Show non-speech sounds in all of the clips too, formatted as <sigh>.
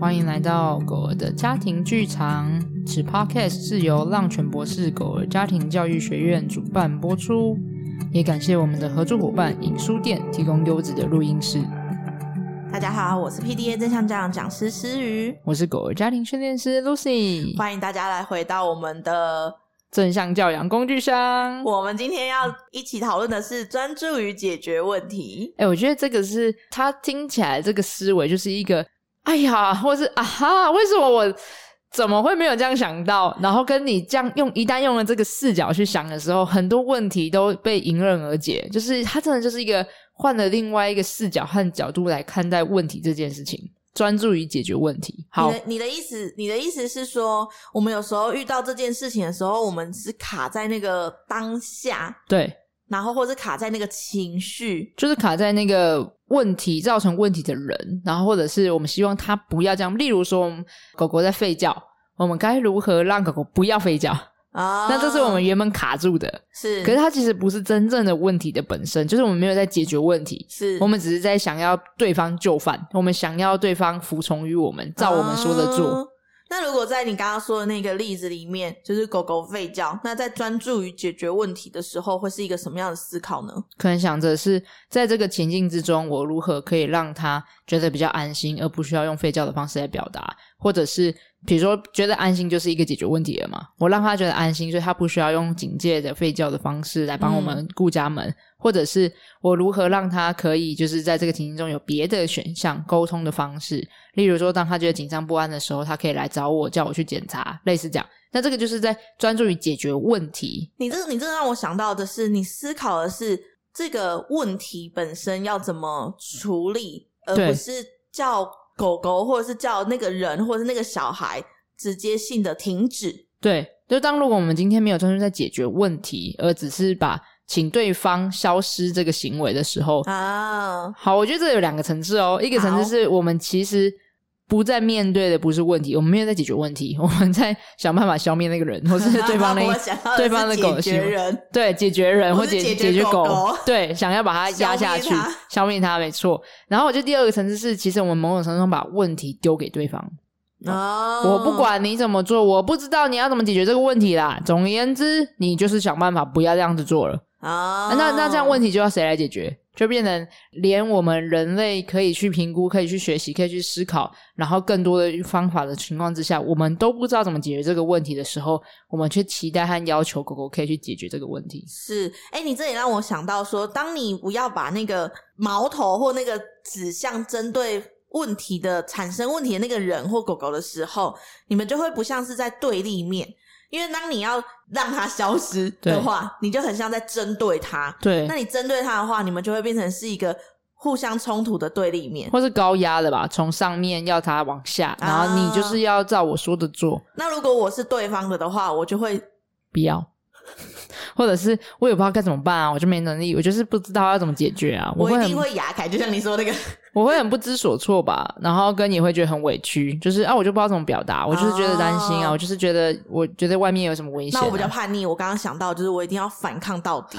欢迎来到狗儿的家庭剧场。此 podcast 是由浪犬博士狗儿家庭教育学院主办播出，也感谢我们的合作伙伴影书店提供优质的录音室。大家好，我是 PDA 真相长讲师诗瑜，我是狗儿家庭训练师 Lucy，欢迎大家来回到我们的。正向教养工具箱。我们今天要一起讨论的是专注于解决问题。哎、我觉得这个是他听起来这个思维就是一个，哎呀，或是啊哈，为什么我怎么会没有这样想到？然后跟你这样用，一旦用了这个视角去想的时候，很多问题都被迎刃而解。就是他真的就是一个换了另外一个视角和角度来看待问题这件事情，专注于解决问题。好你，的你的意思，你的意思是说，我们有时候遇到这件事情的时候，我们是卡在那个当下，对，然后或是卡在那个情绪。就是卡在那个问题造成问题的人，然后或者是我们希望他不要这样。例如说，我们狗狗在吠叫，我们该如何让狗狗不要吠叫？啊，那这是我们原本卡住的，是，可是它其实不是真正的问题的本身，就是我们没有在解决问题。是我们只是在想要对方就范，我们想要对方服从于我们，照我们说的做。啊那如果在你刚刚说的那个例子里面，就是狗狗吠叫，那在专注于解决问题的时候，会是一个什么样的思考呢？可能想着是在这个情境之中，我如何可以让他觉得比较安心，而不需要用吠叫的方式来表达，或者是比如说觉得安心就是一个解决问题了嘛，我让他觉得安心，所以他不需要用警戒的吠叫的方式来帮我们顾家门，或者是我如何让他可以就是在这个情境中有别的选项沟通的方式，例如说当他觉得紧张不安的时候，他可以来找我，叫我去检查，类似这样。那这个就是在专注于解决问题，你这你这让我想到的是，你思考的是这个问题本身要怎么处理，而对不是叫狗狗或者是叫那个人或者是那个小孩直接性的停止。对，就当如果我们今天没有专注在解决问题，而只是把请对方消失这个行为的时候，啊，好，我觉得这有两个层次哦。一个层好次是我们其实不再面对的不是问题，我们没有在解决问题，我们在想办法消灭那个人， <laughs> 或是 <laughs> 对方那我一想到对方的的是狗的解行决为嗯人，对解决人或或是解解决决狗狗对，想要把它压下去消灭它，消灭它，没错。然后我觉得第二个层次是，其实我们某种程度上把问题丢给对方。哦我不管你怎么做，我不知道你要怎么解决这个问题啦。总而言之，你就是想办法不要这样子做了。啊啊那那这样问题就要谁来解决？就变成连我们人类可以去评估、可以去学习、可以去思考，然后更多的方法的情况之下，我们都不知道怎么解决这个问题的时候，我们却期待和要求狗狗可以去解决这个问题。是，哎、你这也让我想到说，当你不要把那个矛头或那个指向针对问题的产生问题的那个人或狗狗的时候，你们就会不像是在对立面，因为当你要让它消失对的话，你就很像在针对它。对那，你针对它的话，你们就会变成是一个互相冲突的对立面。或是高压的吧，从上面要它往下，然后你就是要照我说的做，那如果我是对方的的话，我就会不要。 <laughs> 或者是我也不知道该怎么办啊，我就没能力，我就是不知道要怎么解决啊，我会一很定会牙开，就像你说那个，我会很不知所措吧，然后跟你会觉得很委屈，就是啊，我就不知道怎么表达，我就是觉得担心啊，哦我就是觉得我觉得外面有什么危险、那啊。我比较叛逆，我刚刚想到就是我一定要反抗到 <laughs> 底。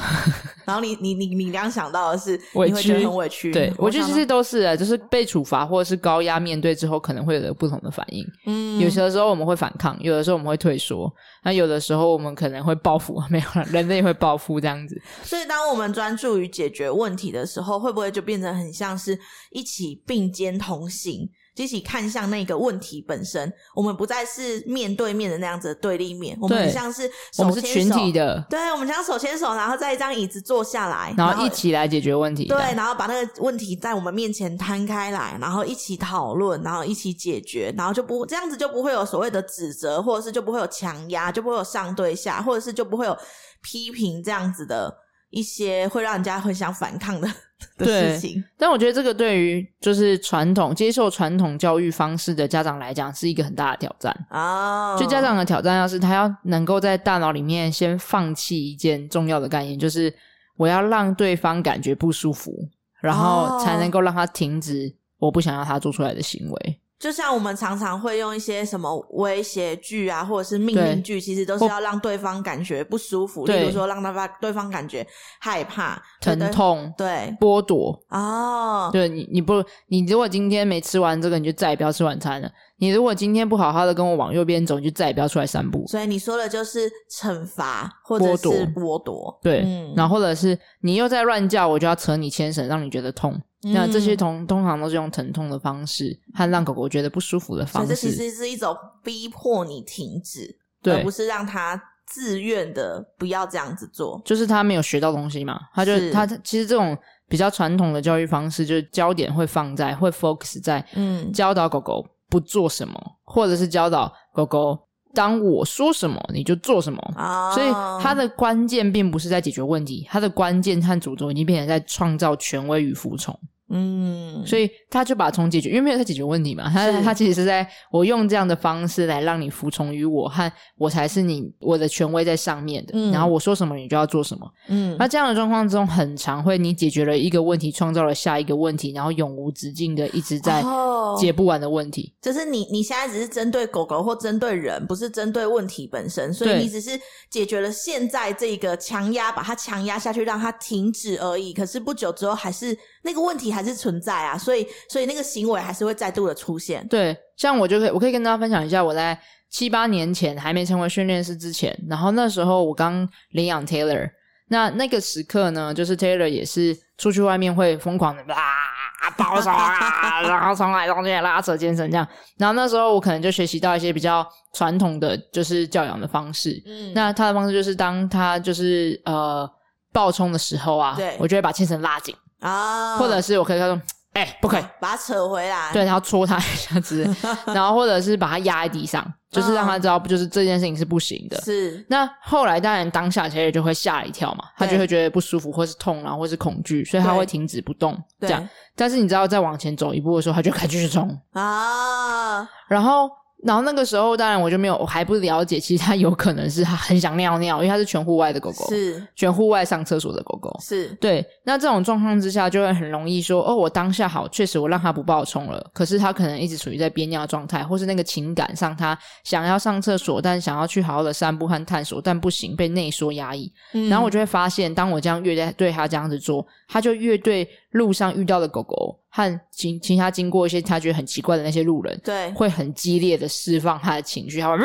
然后你你你你刚刚想到的是，委你会觉得屈很委屈。对，我觉得想其到实都是啊，就是被处罚或者是高压面对之后，可能会有不同的反应。嗯有些时候我们会反抗，有的时候我们会退缩，那有的时候我们可能会报复， <laughs> 没有啦人类会报复这样子。所以当我们专注于解决问题的时候，会不会就变成很像是一起并肩同行，一起看向那个问题本身？我们不再是面对面的那样子的对立面，我们对很像是我手们是牵手群体，的，对，我们像手牵手，然后在一张椅子坐下来，然后一起来解决问题。对，，然后把那个问题在我们面前摊开来，然后一起讨论，然后一起解决，然后就不这样子就不会有所谓的指责，或者是就不会有强压，就不会有上对下，或者是就不会有批评这样子的一些会让人家很想反抗的 <laughs> 的对事情。但我觉得这个对于就是传统接受传统教育方式的家长来讲，是一个很大的挑战。啊，就家长的挑战，要是他要能够在大脑里面先放弃一件重要的概念，就是我要让对方感觉不舒服，然后哦才能够让他停止我不想要他做出来的行为。就像我们常常会用一些什么威胁句啊，或者是命令句，其实都是要让对方感觉不舒服，对例如说让他把对方感觉害怕、疼对痛、对剥夺。哦，对你，你不，你如果今天没吃完这个，你就再也不要吃晚餐了。你如果今天不好好的跟我往右边走，你就再也不要出来散步。所以你说的就是惩罚或者剥夺是剥夺，对，嗯然后或者是你又在乱叫，我就要扯你牵绳，让你觉得痛。那这些嗯通通常都是用疼痛的方式和让狗狗觉得不舒服的所以方这其式。实是一种逼迫你停止，而对不，是让他自愿的不要这样子做。就是他没有学到东西嘛，他就是他他其实这种比较传统的教育方式，就是焦点会放在会 focus 在嗯，教导狗狗不做什么，或者是教导狗狗当我说什么你就做什么。啊、所以它的关键并不是在解决问题，它的关键和主轴已经变成在创造权威与服从。嗯，所以他就把从解决，因为没有在解决问题嘛，他是他其实是在我用这样的方式来让你服从于我，和我才是你我的权威在上面的，嗯然后我说什么你就要做什么。嗯，那这样的状况中，很常会你解决了一个问题，创造了下一个问题，然后永无止境的一直在哦解不完的问题。就是你你现在只是针对狗狗或针对人，不是针对问题本身，所以对你只是解决了现在这个强压，把它强压下去，让它停止而已。可是不久之后，还是那个问题还是存在啊，所以所以那个行为还是会再度的出现。对，像我就可以，我可以跟大家分享一下，我在七八年前还没成为训练师之前，然后那时候我刚领养 Taylor，那那个时刻呢，就是 Taylor 也是出去外面会疯狂的啊抱手啊，然后从来从去拉扯肩绳这样，然后那时候我可能就学习到一些比较传统的就是教养的方式，嗯那他的方式就是当他就是呃爆冲的时候啊对，我就会把牵绳拉紧，啊，或者是我可以跟他说，哎、不可以。把它扯回来，对，然后戳他一下之类，然后或者是把他压在地上，就是让他知道，就是这件事情是不行的。嗯是，那后来当然当下 Taylor 就会吓一跳嘛，他对就会觉得不舒服，或是痛啊，或是恐惧，所以他对会停止不动这对样。但是你知道，再往前走一步的时候，他就开始继续冲，啊，然后。然后那个时候，当然我就没有，我还不了解，其实他有可能是他很想尿尿，因为他是全户外的狗狗，是全户外上厕所的狗狗。是，对，那这种状况之下，就会很容易说，哦，我当下好，确实我让他不爆冲了，可是他可能一直处于在憋尿状态，或是那个情感上，他想要上厕所，但想要去好好的散步和探索，但不行，被内缩压抑。嗯然后我就会发现，当我这样越在对他这样子做，他就越对路上遇到的狗狗和其其他经过一些他觉得很奇怪的那些路人，对。会很激烈的释放他的情绪，他 <laughs> 会。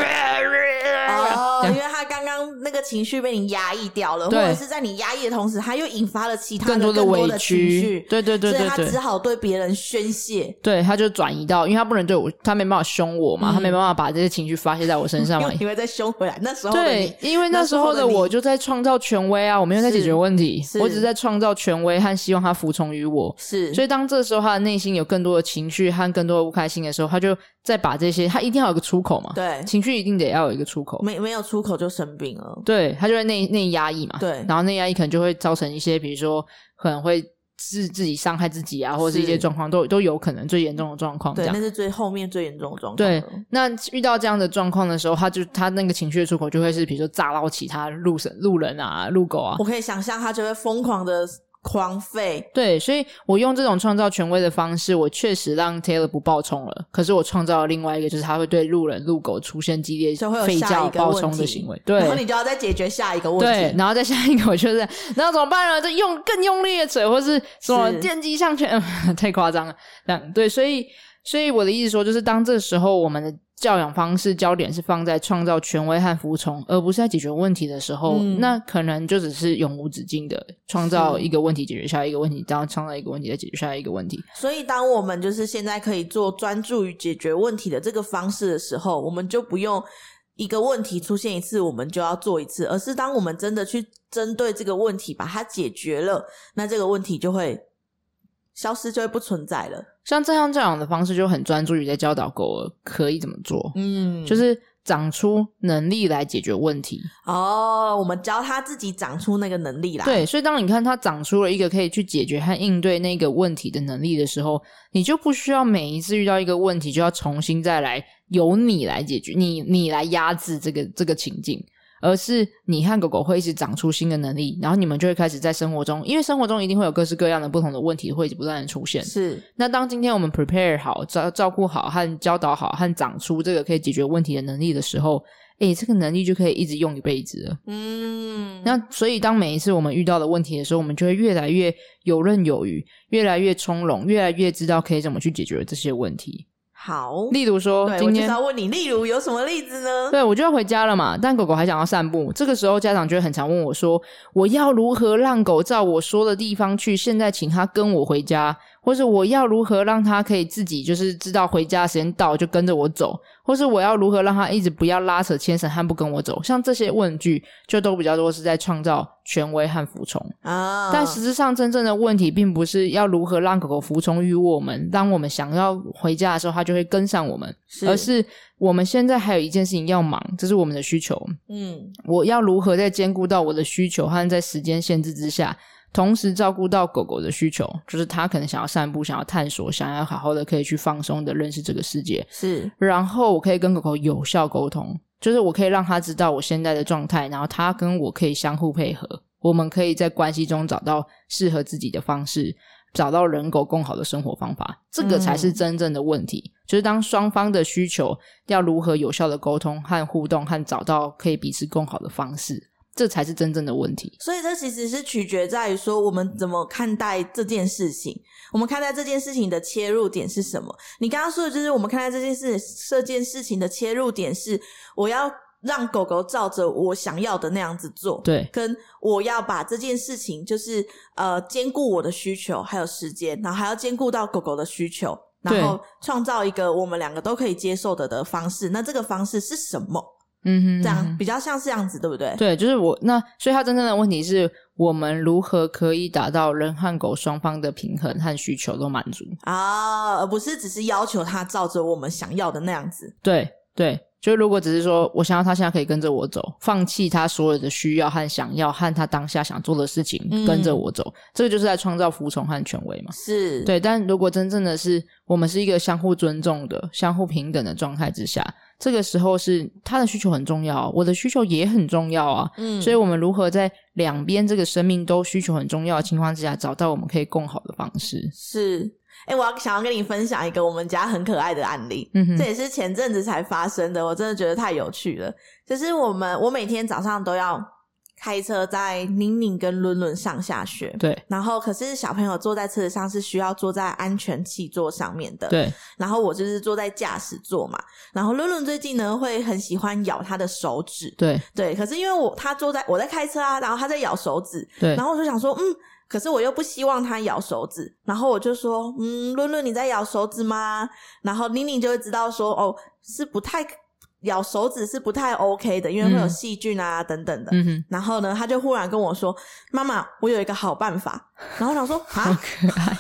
哦，这因样为他刚刚那个情绪被你压抑掉了，或对者是在你压抑的同时，他又引发了其他更多多的委的情屈绪，，对对对对对，所以他只好对别人宣泄，对，他就转移到，因为他不能对我，他没办法凶我嘛，嗯他没办法把这些情绪发泄在我身上嘛 <laughs> 因为。你会再凶回来。那时候的你对，因为那时候的我就在创造权威啊，我没有在解决问题是，是我只是在创造权威和希望他服从于我。是，所以当这时候他的内心有更多的情绪和更多的不开心的时候，他就再把这些，他一定要有个出口嘛，对情绪一定得要有一个出口。没没有出口就生病了。对他就会内内压抑嘛，对然后内压抑可能就会造成一些，比如说可能会自自己伤害自己啊，或者是一些是状况都都有可能最严重的状况这对，样那。是最后面最严重的状况了。对，那遇到这样的状况的时候，他就他那个情绪的出口就会是，比如说炸到其他路神、路人啊、路狗啊我。可以想象他就会疯狂的狂吠。对，所以我用这种创造权威的方式，我确实让 Taylor 不爆冲了。可是我创造了另外一个，就是他会对路人、路狗出现激烈就会有吠下叫、一个爆问冲的题行为。然后对你，就要再解决下一个问对题。，然后再下一个，我就是，然后怎么办呢？就用更用力的扯，或是什么是电击项圈， <laughs> 太夸张了。这样对，所以所以我的意思说，就是当这时候我们的教养方式焦点是放在创造权威和服从，而不是在解决问题的时候，嗯那可能就只是永无止境的创造是一个问题，解决下一个问题，然后创造一个问题，再解决下一个问题。所以，当我们就是现在可以做专注于解决问题的这个方式的时候，我们就不用一个问题出现一次我们就要做一次，而是当我们真的去针对这个问题把它解决了，那这个问题就会消失，就会不存在了。像正向教养的方式，就很专注于在教导狗儿可以怎么做，嗯就。是长出能力来解决问题。哦，我们教他自己长出那个能力啦。，对，所以当你看它长出了一个可以去解决和应对那个问题的能力的时候，你就不需要每一次遇到一个问题就要重新再来由你来解决，你你来压制这个这个情境，而是你和狗狗会一直长出新的能力，然后你们就会开始在生活中，因为生活中一定会有各式各样的不同的问题会不断的出现。是那当今天我们 prepare 好、照照顾好和教导好和长出这个可以解决问题的能力的时候，诶，这个能力就可以一直用一辈子了。嗯，那所以，当每一次我们遇到的问题的时候，我们就会越来越游刃有余，越来越从容，越来越知道可以怎么去解决这些问题。好，例如说，对，我今就是天要问你，例如有什么例子呢？对我就要回家了嘛，但狗狗还想要散步。这个时候，家长就会很常问我说：“我要如何让狗照我说的地方去？现在请它跟我回家，或是我要如何让它可以自己就是知道回家时间到就跟着我走，或是我要如何让它一直不要拉扯牵绳和不跟我走？”像这些问句，就都比较多是在创造权威和服从。啊，但实质上，真正的问题并不是要如何让狗狗服从于我们，当我们想要回家的时候，它就会跟上我们，是而是我们现在还有一件事情要忙，这是我们的需求。嗯，我要如何在兼顾到我的需求和在时间限制之下，同时照顾到狗狗的需求，就是它可能想要散步、想要探索、想要好好的可以去放松的认识这个世界，是然后我可以跟狗狗有效沟通，就是我可以让它知道我现在的状态，然后它跟我可以相互配合，我们可以在关系中找到适合自己的方式，找到人狗共好的生活方法，这个才是真正的问题。就是当双方的需求要如何有效的沟通和互动，和找到可以彼此共好的方式，这才是真正的问题。所以这其实是取决在于说我们怎么看待这件事情，我们看待这件事情的切入点是什么？你刚刚说的就是我们看待这件事这件事情的切入点是我要让狗狗照着我想要的那样子做，对，跟我要把这件事情就是呃兼顾我的需求还有时间，然后还要兼顾到狗狗的需求。对然后创造一个我们两个都可以接受的的方式，那这个方式是什么？嗯哼，这样比较像是这样子，对不对？对，就是我那，所以它真正的问题是我们如何可以达到人和狗双方的平衡和需求都满足。啊，而不是只是要求他照着我们想要的那样子。对对，就是如果只是说我想要它现在可以跟着我走，放弃它所有的需要和想要和它当下想做的事情嗯跟着我走，这个就是在创造服从和权威嘛。是，对，但如果真正的是我们是一个相互尊重的、相互平等的状态之下，这个时候是他的需求很重要，啊我的需求也很重要啊。嗯所以我们如何在两边这个生命都需求很重要的情况之下，找到我们可以共好的方式？是。哎、我要想要跟你分享一个我们家很可爱的案例，嗯哼这也是前阵子才发生的，我真的觉得太有趣了。就是我们，我每天早上都要开车在宁宁跟伦伦上下学，对然后可是小朋友坐在车子上是需要坐在安全气座上面的，对，然后我就是坐在驾驶座嘛，然后伦伦最近呢会很喜欢咬他的手指，对对，可是因为我他坐在我在开车啊，然后他在咬手指，对然后我就想说，嗯，可是我又不希望他咬手指，然后我就说，嗯，伦伦你在咬手指吗？然后玲玲就会知道说，哦，是不太咬手指是不太 OK 的，因为会有嗯细菌啊、等等的。嗯哼，然后呢，他就忽然跟我说：“妈妈，我有一个好办法。”然后我想说：“啊，可爱，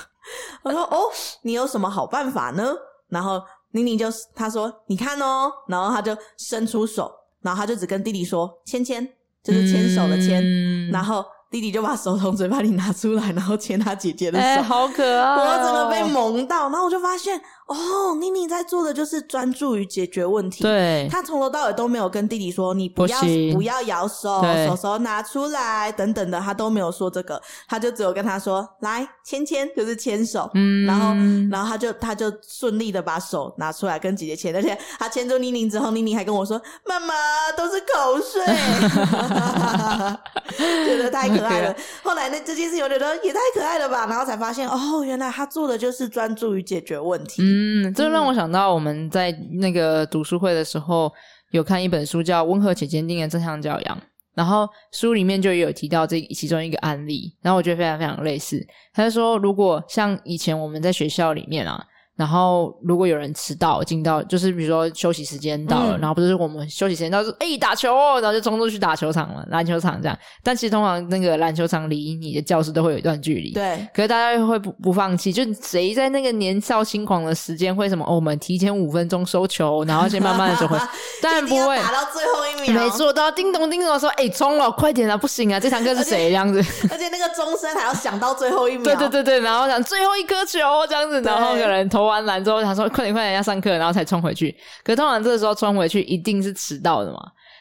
我说哦，你有什么好办法呢？然后宁宁就他说你看哦，然后他就伸出手，然后他就只跟弟弟说牵牵，就是牵手的牵，嗯然后弟弟就把手从嘴巴里拿出来，然后牵他姐姐的手。哎、好啊可爱、我整个被萌到，然后我就发现，哦，宁宁在做的就是专注于解决问题。对他从头到尾都没有跟弟弟说你不不要行不要咬手，对手手拿出来等等的，他都没有说这个，他就只有跟他说来牵牵，就是牵手。嗯，然后，然后他就他就顺利的把手拿出来跟姐姐牵，而且他牵住妮妮之后，妮妮还跟我说：“妈妈都是口水。” <laughs> 觉得太可爱 <laughs> 了。后来那这件事情，我觉得也太可爱了吧，然后才发现哦，原来他做的就是专注于解决问题。嗯，这让我想到我们在那个读书会的时候，有看一本书叫《温和且坚定的正向教养》，然后书里面就有提到这其中一个案例，然后我觉得非常非常类似。他就说，如果像以前我们在学校里面啊。然后，如果有人迟到进到，就是比如说休息时间到了，嗯然后不是我们休息时间到，就是哎、打球哦，然后就冲出去打球场了，篮球场这样。但其实通常那个篮球场离你的教室都会有一段距离，对，可是大家又会不不放弃，就谁在那个年少轻狂的时间会什么？哦，我们提前五分钟收球，然后先慢慢的走 <laughs> 回，当然一不定要会。打到最后一秒，没 <laughs> 错，都要叮咚叮咚说：“哎、冲了，快点啊，不行啊，这堂课是谁这样子？”而且那个钟声还要响到最后一秒。对对对对，然后想最后一颗球这样子，对然后可能投完篮之后想说快点快点要上课，然后才冲回去。可通常这个时候冲回去一定是迟到的嘛。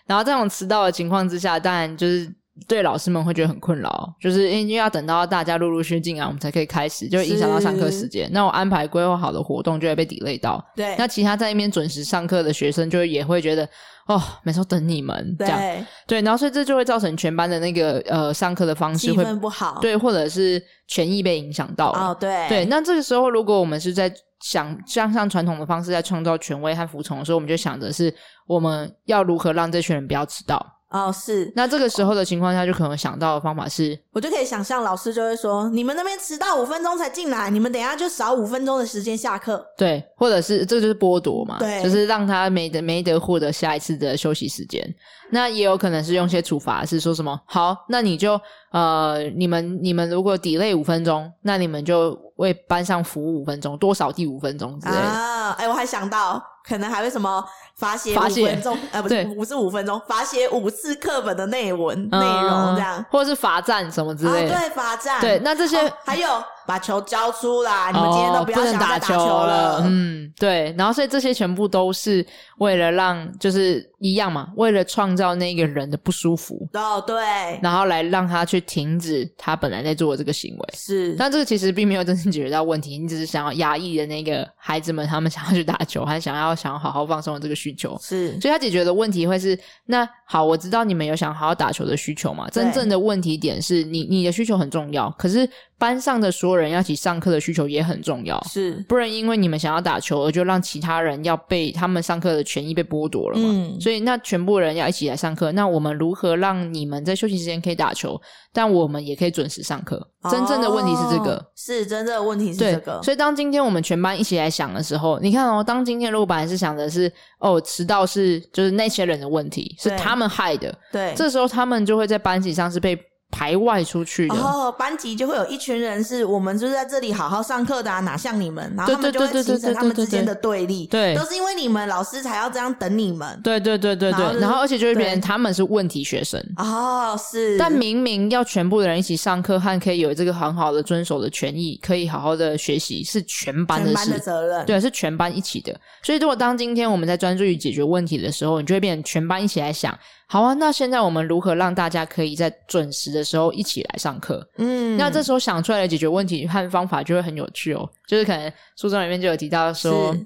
然后这种迟到的情况之下，当然就是对老师们会觉得很困扰，就是因为要等到大家陆陆续续进来，我们才可以开始，就会影响到上课时间。那我安排规划好的活动就会被 delay 到。对那其他在那边准时上课的学生，就会也会觉得哦，每次都等你们这样。对，对，然后所以这就会造成全班的那个呃上课的方式气会氛不好，对，或者是权益被影响到了。哦，对对，那这个时候，如果我们是在想像像传统的方式在创造权威和服从的时候，我们就想着是我们要如何让这群人不要迟到。哦是，那这个时候的情况下，就可能想到的方法是，我就可以想象老师就会说，你们那边迟到五分钟才进来，你们等一下就少五分钟的时间下课。对，或者是这就是剥夺嘛，对就是让他没得没得获得下一次的休息时间。那也有可能是用一些处罚，是说什么好，那你就呃，你们你们如果 delay 五分钟，那你们就为班上服务五分钟，多少第五分钟之类的。啊，哎、我还想到，可能还会什么罚写罚五写分钟，呃，不是对不是五分钟，罚写五次课本的内文内嗯容这样。或者是罚站什么之啊，类的。对，罚站。对，那这些、哦还有把球交出啦，啊你们今天都哦要想能要再打打了了。，嗯，对。然后所以这些全部都是为了让，就是一样嘛，为了创造那个人的不舒服，哦，对，然后来让他去停止他本来在做的这个行为。是，但这个其实并没有真正解决到问题，你只是想要压抑的那个孩子们，他们想要去打球，还想要想要好好放松的这个需求。是，所以他解决的问题会是，那好，我知道你们有想好好打球的需求嘛？对真正的问题点是你你的需求很重要，可是班上的所有人要一起上课的需求也很重要，是，不然因为你们想要打球而就让其他人要被他们上课的权益被剥夺了嘛。嗯，所以，那全部人要一起来上课。那我们如何让你们在休息时间可以打球，但我们也可以准时上课？真正的问题是这个。哦，是真正的问题是对，这个，所以当今天我们全班一起来想的时候，你看哦，当今天如果本来是想的是哦，迟到是就是那些人的问题，是对他们害的，对，这时候他们就会在班级上是被排外出去的。然后哦班级就会有一群人是我们就是在这里好好上课的啊，哪像你们，然后他们就对会对对对形成他们对对对之间的对立，对都是因为你们老师才要这样等你们。对对对对对，然然后后,、就是而且就会变成对他们是问题学生。哦，是，但明明要全部的人一起上课，和可以有这个很好的遵守的权益，可以好好的学习，是全班全的班事的。责任，对，是全班一起的。所以，如果当今天我们在专注于解决问题的时候，你就会变成全班一起来想：好啊，那现在我们如何让大家可以在准时的时候一起来上课？嗯，那这时候想出来的解决问题和方法就会很有趣哦。就是可能书中里面就有提到说是，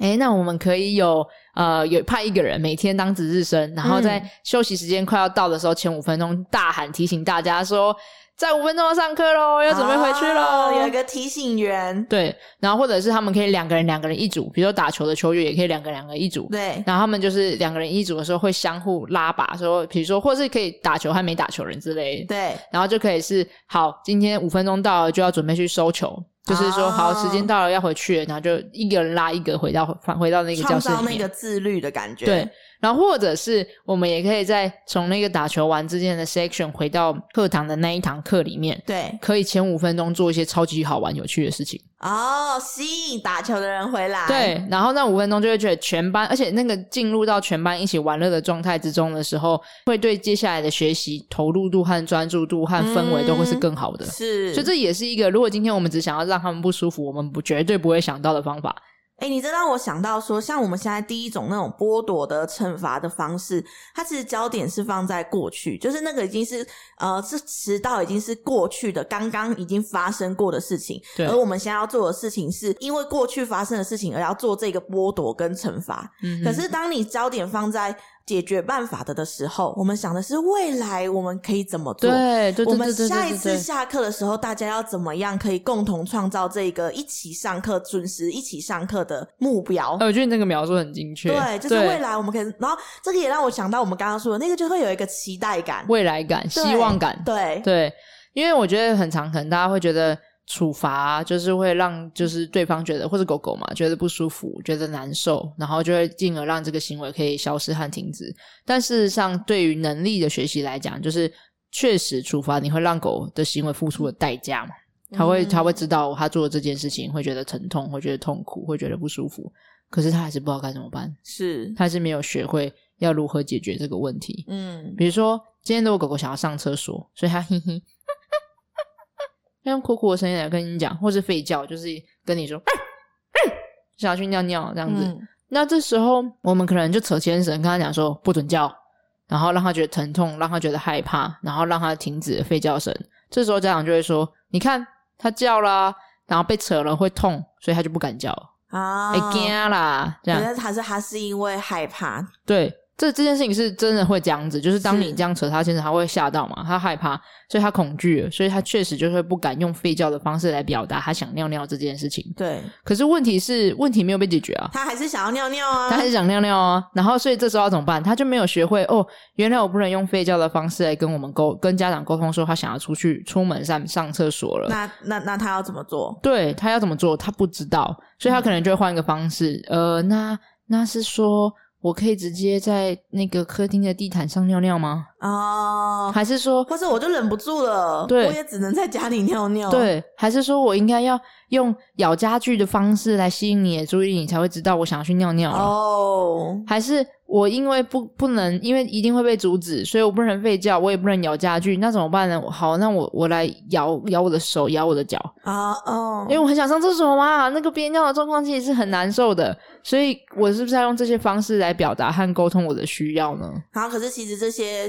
哎，那我们可以有呃有派一个人每天当值日生，然后在嗯休息时间快要到的时候，前五分钟大喊提醒大家说，在五分钟要上课喽，要准备回去喽。哦有一个提醒员，对，然后或者是他们可以两个人两个人一组，比如说打球的球员也可以两个人两个人一组。对，然后他们就是两个人一组的时候会相互拉把，说比如说或是可以打球和没打球人之类的，对，然后就可以是好，今天五分钟到了就要准备去收球，就是说哦好时间到了要回去了，然后就一个人拉一个回到回到那个教创室造里那面。个自律的感觉，对，，然后或者是我们也可以再从那个打球完之间的 section 回到课堂的那一堂课里面，对，可以前五分钟做一些超级好玩有趣的事情。哦，吸引打球的人回来，，对，然后那五分钟就会觉得全班，而且那个进入到全班一起玩乐的状态之中的时候，会对接下来的学习投入度和专注度和氛围都会是更好的。是，所以这也是一个，如果今天我们只想要让他们不舒服，我们不绝对不会想到的方法。哎、你这让我想到说，像我们现在第一种那种剥夺的惩罚的方式，它其实焦点是放在过去，就是那个已经是呃是迟到已经是过去的，刚刚已经发生过的事情，对而我们现在要做的事情是因为过去发生的事情而要做这个剥夺跟惩罚。嗯哼可是当你焦点放在解决办法的的时候，我们想的是未来我们可以怎么做，对，对对我们对对下对一对次对，下课的时候，大家要怎么样可以共同创造这个一起上课、准时一起上课的目标？哎我觉得你那个描述很精确，对，就是未来我们可以。然后这个也让我想到我们刚刚说的那个，就会有一个期待感，未来感、对希望感，对，嗯对，因为我觉得很常可能大家会觉得处罚啊、就是会让就是对方觉得或者狗狗嘛觉得不舒服，觉得难受，然后就会进而让这个行为可以消失和停止。但事实上，对于能力的学习来讲，就是确实处罚你会让狗的行为付出的代价嘛。它会，它嗯会知道它做的这件事情会觉得疼痛，会觉得痛苦，会觉得不舒服，可是它还是不知道该怎么办，是，它还是没有学会要如何解决这个问题。嗯，比如说，今天如果狗狗想要上厕所，所以它嘿嘿，它用哭哭的声音来跟你讲，或是吠叫，就是跟你说， <coughs> 想要去尿尿这这样子。那这时候我们可能就扯牵绳，跟他讲说不准叫，然后让他觉得疼痛，让他觉得害怕，然后让他停止吠叫声。这时候家长就会说：“你看他叫啦，然后被扯了会痛，所以他就不敢叫了，啊，哎惊、啦。”这样可是他是他是因为害怕，对，这这件事情是真的会这样子，就是当是你这样扯他，先生他会吓到嘛，他害怕，所以他恐惧了，所以他确实就会不敢用吠叫的方式来表达他想尿尿这件事情。对可是问题是，问题没有被解决啊。他还是想要尿尿啊，他还是想尿尿啊，然后所以这时候要怎么办？他就没有学会哦，原来我不能用吠叫的方式来跟我们沟跟家长沟通，说他想要出去出门上上厕所了。那那那他要怎么做？对他要怎么做，他不知道，所以他可能就会换一个方式。嗯呃，那那是说我可以直接在那个客厅的地毯上尿尿吗？哦，还是说或者我就忍不住了，对我也只能在家里尿尿。，对，还是说我应该要用咬家具的方式来吸引你的注意力，你才会知道我想要去尿尿了？哦，还是我因为不不能，因为一定会被阻止，所以我不能吠叫，我也不能咬家具，那怎么办呢？好，那我我来咬咬我的手，咬我的脚，啊哦因，为我很想上厕所嘛。那个憋尿的状况其实是很难受的，所以我是不是要用这些方式来表达和沟通我的需要呢？然后可是其实这些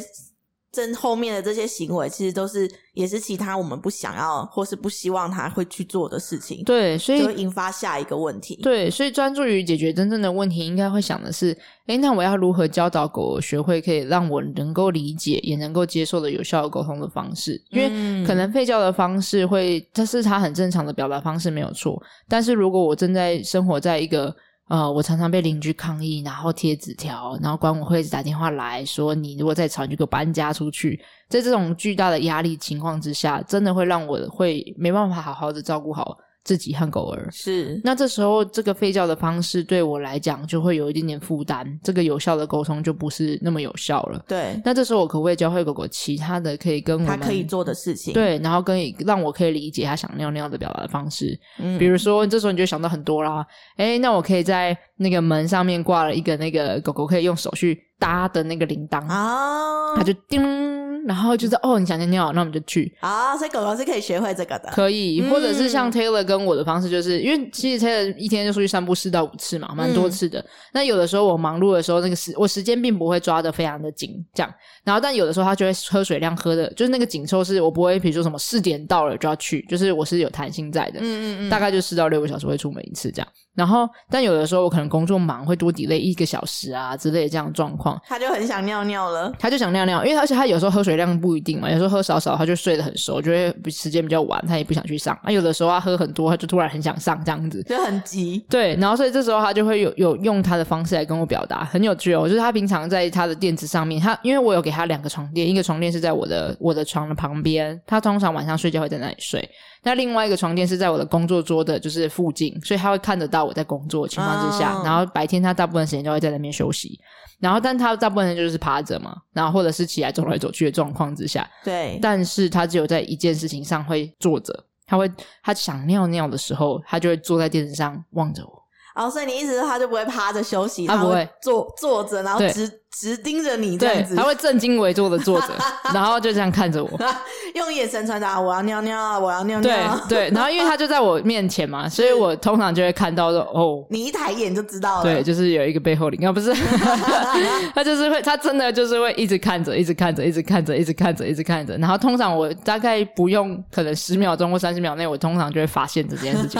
真后面的这些行为，其实都是也是其他我们不想要或是不希望他会去做的事情，对，所以就会引发下一个问题。对，所以专注于解决真正的问题，应该会想的是：诶，那我要如何教导狗儿学会可以让我能够理解也能够接受的有效的沟通的方式？因为嗯可能吠叫的方式会，这是它很正常的表达方式，没有错。但是如果我正在生活在一个呃，我常常被邻居抗议，然后贴纸条，然后管委会打电话来说，你如果再吵，你就给我搬家出去。在这种巨大的压力情况之下，真的会让我会没办法好好的照顾好自己和狗儿。是那这时候，这个吠叫的方式对我来讲就会有一点点负担，这个有效的沟通就不是那么有效了。对，那这时候，我可不可以教会狗狗其他的可以跟我他们可以做的事情，，对，然后跟让我可以理解他想尿尿的表达的方式？嗯比如说，这时候你就想到很多啦，诶，那我可以在那个门上面挂了一个那个狗狗可以用手去搭的那个铃铛，啊它就叮，然后就是哦，你想尿尿，那我们就去。啊，所以狗狗是可以学会这个的，可以，嗯或者是像 Taylor 跟我的方式，就是因为其实 Taylor 一天就出去散步四到五次嗯嘛，蛮多次的。那有的时候我忙碌的时候，那个时我时间并不会抓的非常的紧，这样。然后但有的时候他就会喝水量喝的，就是那个紧凑是我不会，比如说什么四点到了就要去，就是我是有弹性在的。嗯嗯嗯，大概就四到六个小时会出门一次这样，然后但有的时候我可能工作忙会多 delay 一个小时啊之类的这样的状况，他就很想尿尿了。他就想尿尿，因为而且他有时候喝水量不一定嘛，有时候喝少少他就睡得很熟，就会比时间比较晚，他也不想去上。那、有的时候他喝很多，他就突然很想上这样子。就很急，对，然后所以这时候他就会有有用他的方式来跟我表达，很有趣哦。就是他平常在他的垫子上面，他因为我有给他两个床垫，一个床垫是在我的我的床的旁边，他通常晚上睡觉会在那里睡。那另外一个床垫是在我的工作桌的，就是附近，所以他会看得到我在工作的情况之下，哦然后白天他大部分时间都会在那边休息，然后但他大部分就是趴着嘛，然后或者是起来走来走去的状况之下，对，但是他只有在一件事情上会坐着，他会他想尿尿的时候，他就会坐在垫子上望着我。哦，所以你意思是他就不会趴着休息，他不会坐坐着，然后对直直盯着你这对样，子他，会正襟危坐的坐 <laughs> 着，然后就这样看着我。用眼神传达我要尿尿，我要尿啊对尿， <laughs> 对，然后因为他就在我面前嘛，所以我通常就会看到说哦。你一抬眼就知道了。对，就是有一个背后灵啊， <laughs> 不是，他就是会，他真的就是会一直看着，一直看着，一直看着，一直看着，一直看着。然后通常我大概不用可能十秒钟或三十秒内，我通常就会发现这件事 <laughs> 情。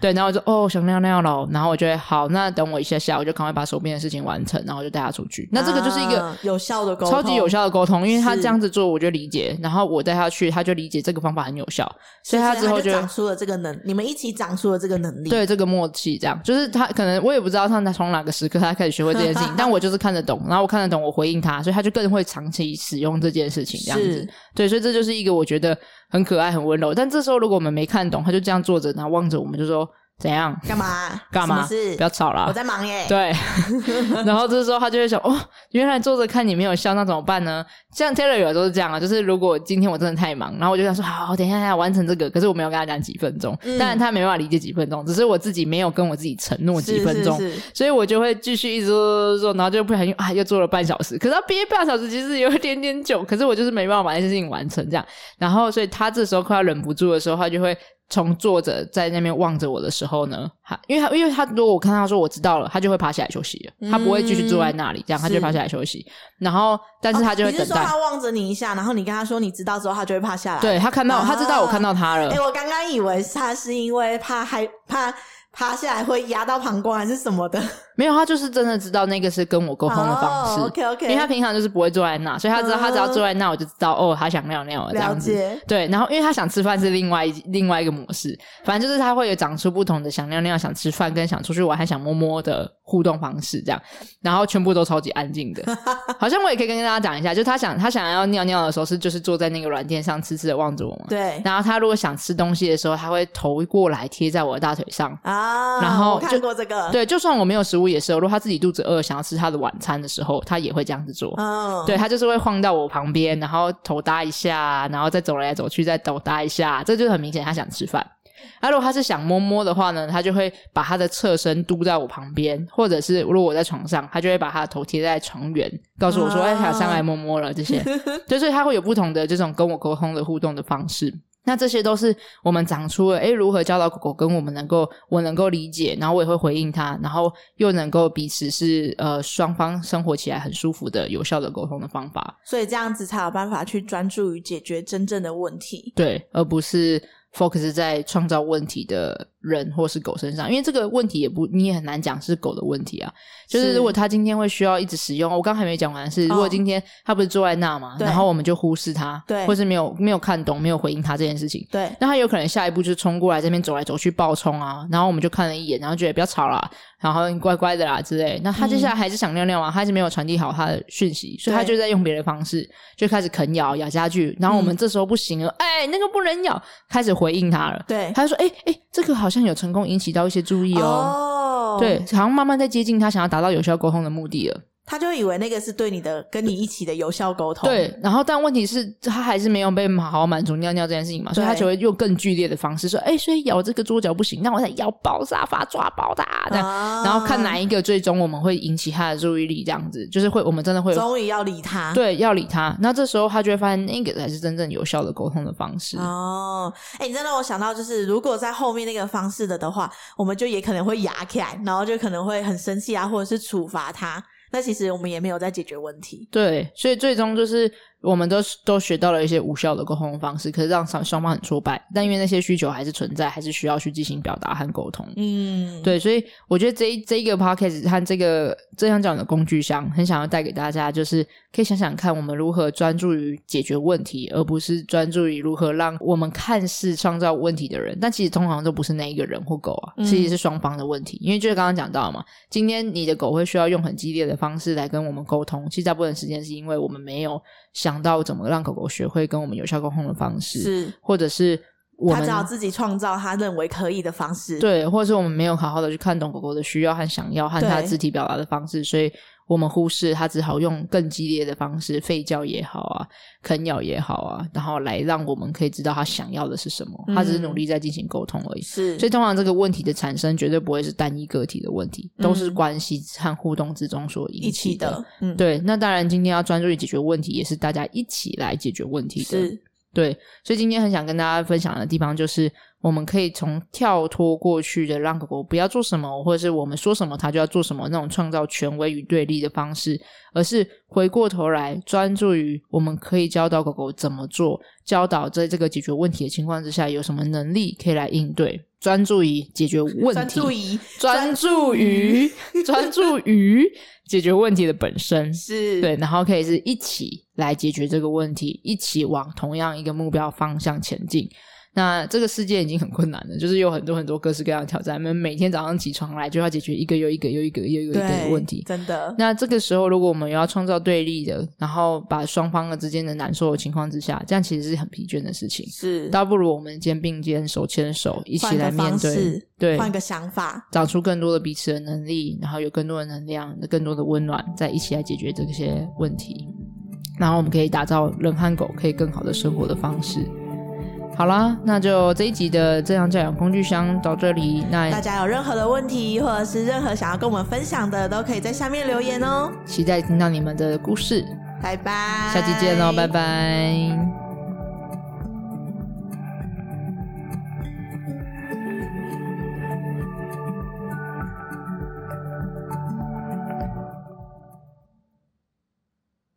对，然后我就哦想尿尿了，然后我就会好，那等我一下下，我就赶快把手边的事情完成，然后我就带他出去。那这个就是一个啊有效的沟通，超级有效的沟通，因为他是这样子做，我就理解，然后我带他去，他就理解这个方法很有效，所是，以所他以之后就就长出了这个能，你们一起长出了这个能力。，对这个默契，这样就是他可能我也不知道他从哪个时刻他开始学会这件 <laughs> 事情，但我就是看得懂，然后我看得懂，我回应他，所以他就更会长期使用这件事情，这样子是。对，所以这就是一个我觉得很可爱、很温柔。但这时候如果我们没看懂，他就这样坐着，然后望着我们，就说怎样干嘛？干嘛什么事不要吵啦我，在忙耶。对，啊 <laughs> 然后这时候他就会想，哦，原来坐着看你没有笑，那怎么办呢？像 Taylor 有时候是这样啊，就是如果今天我真的太忙，然后我就想说，好，等一下要完成这个，可是我没有跟他讲几分钟，嗯当然他没办法理解几分钟，只是我自己没有跟我自己承诺是几分钟。是是所以我就会继续一直做做做，然后就不小心啊，又做了半小时。可是他憋半小时其实有一点点久，可是我就是没办法把这件事情完成这样。然后，所以他这时候快要忍不住的时候，他就会从坐着在那边望着我的时候嗯呢，他因为他因为他如果我看他说我知道了，他就会爬起来休息了，他不会继续坐在那里，这样他就会爬起来休息。然后，但是他就会哦你是等说待。他望着你一下，然后你跟他说你知道之后，他就会趴下来？对他看到，他知道我看到他了哎、，我刚刚以为他是因为怕害怕趴下来会压到膀胱还是什么的，没有，他就是真的知道那个是跟我沟通的方式。 o k OK，因为他平常就是不会坐在那，所以他知道嗯他只要坐在那，我就知道哦，他想尿尿了这了样子。解，对，然后因为他想吃饭是另外一另外一个模式，反正就是他会有长出不同的想尿尿、想吃饭跟想出去玩还想摸摸的互动方式这样，然后全部都超级安静的。 <laughs> 好像我也可以跟大家讲一下，就是他想他想要尿尿的时候是就是坐在那个软垫上痴痴的望着我嘛，对然后他如果想吃东西的时候，他会头过来贴在我的大腿上，啊，然后我看就过这个，，对，就算我没有食物也是哦，如果他自己肚子饿想要吃他的晚餐的时候，他也会这样子做。嗯，对，他就是会晃到我旁边，然后头搭一下，然后再走来走去，再头搭一下，这就是很明显他想吃饭。那、如果他是想摸摸的话呢，他就会把他的侧身嘟在我旁边，或者是如果我在床上，他就会把他的头贴在床缘，告诉我说：“啊哎、他想上来摸摸了。”这些，就是他会有不同的这种跟我沟通的互动的方式。那这些都是我们长出了，哎，如何教导狗狗跟我们能够，我能够理解，然后我也会回应它，然后又能够彼此是呃双方生活起来很舒服的有效的沟通的方法，所以这样子才有办法去专注于解决真正的问题。对，而不是 focus 在创造问题的人或是狗身上，因为这个问题也不你也很难讲是狗的问题啊。就是是如果它今天会需要一直使用，我刚还没讲完是，如哦果今天它不是坐在那嘛，对然后我们就忽视它，对或是没有没有看懂，没有回应它这件事情，对，那他有可能下一步就是冲过来这边走来走去暴冲啊，然后我们就看了一眼，然后觉得不要吵啦，然后你乖乖的啦之类。那他接下来还是想尿尿啊，他还是没有传递好他的讯息，所以他对就在用别的方式就开始啃咬咬家具，然后我们这时候不行了，哎、那个不能咬，开始回应他了。嗯对，他就说：“哎、哎、这个好像有成功引起到一些注意哦，哦对，，好像慢慢在接近他想要达到有效沟通的目的了。”他就以为那个是对你的跟你一起的有效沟通。对，然后但问题是，他还是没有被好好满足尿尿这件事情嘛，所以他对就会用更剧烈的方式说：“哎、所以咬这个桌角不行，那我想咬爆沙发，抓爆它。”这样，啊，然后看哪一个最终我们会引起他的注意力，这样子就是会，我们真的会终于要理他。对要理他。那这时候他就会发现，那个才是真正有效的沟通的方式。哦，哎、你真的让我想到，就是如果在后面那个方式的的话，我们就也可能会压起来，然后就可能会很生气啊，或者是处罚他。那其实我们也没有在解决问题。对，所以最终就是我们都都学到了一些无效的沟通方式，可是让双双方很挫败。但因为那些需求还是存在，还是需要去进行表达和沟通。嗯，对，所以我觉得这一这一个 podcast 和这个这样讲的工具箱，很想要带给大家，就是可以想想看，我们如何专注于解决问题，而不是专注于如何让我们看似创造问题的人，但其实通常都不是那一个人或狗啊，嗯其实是双方的问题。因为就是刚刚讲到嘛，今天你的狗会需要用很激烈的方式来跟我们沟通，其实大部分时间是因为我们没有想到怎么让狗狗学会跟我们有效沟通的方式，是或者是我他们只好自己创造他认为可以的方式。，对，或者是我们没有好好的去看懂狗狗的需要和想要和它对肢体表达的方式，所以我们忽视它，只好用更激烈的方式，吠叫也好啊，啃咬也好啊，然后来让我们可以知道它想要的是什么。它只是努嗯力在进行沟通而已。是，所以通常这个问题的产生绝对不会是单一个体的问题，都是嗯关系和互动之中所一引起起的。的。嗯，，对，那当然，今天要专注于解决问题，也是大家一起来解决问题的。是对，所以今天很想跟大家分享的地方就是，我们可以从跳脱过去的让狗狗不要做什么，或者是我们说什么它就要做什么那种创造权威与对立的方式，而是回过头来专注于我们可以教导狗狗怎么做，教导在这个解决问题的情况之下有什么能力可以来应对，专注于解决问专题，注 <laughs> 于专注于专注于解决问题的本身。是，对，然后可以是一起来解决这个问题，一起往同样一个目标方向前进。那这个世界已经很困难了，就是有很多很多各式各样的挑战。我们每天早上起床来就要解决一个又一个又一个又一个对又一个的问题。真的。那这个时候，如果我们又要创造对立的，然后把双方的之间的难受的情况之下，这样其实是很疲倦的事情。是，倒不如我们肩并肩、手牵手，一起换来个面方对式，，对，换个想法，长出更多的彼此的能力，然后有更多的能量、更多的温暖，在一起来解决这些问题。然后我们可以打造人和狗可以更好的生活的方式。好啦，那就这一集的正向教养工具箱到这里。大那家有任何的问题，或者是任何想要跟我们分享的，都可以在下面留言哦。期待听到你们的故事，哦拜拜，下期见喽，拜拜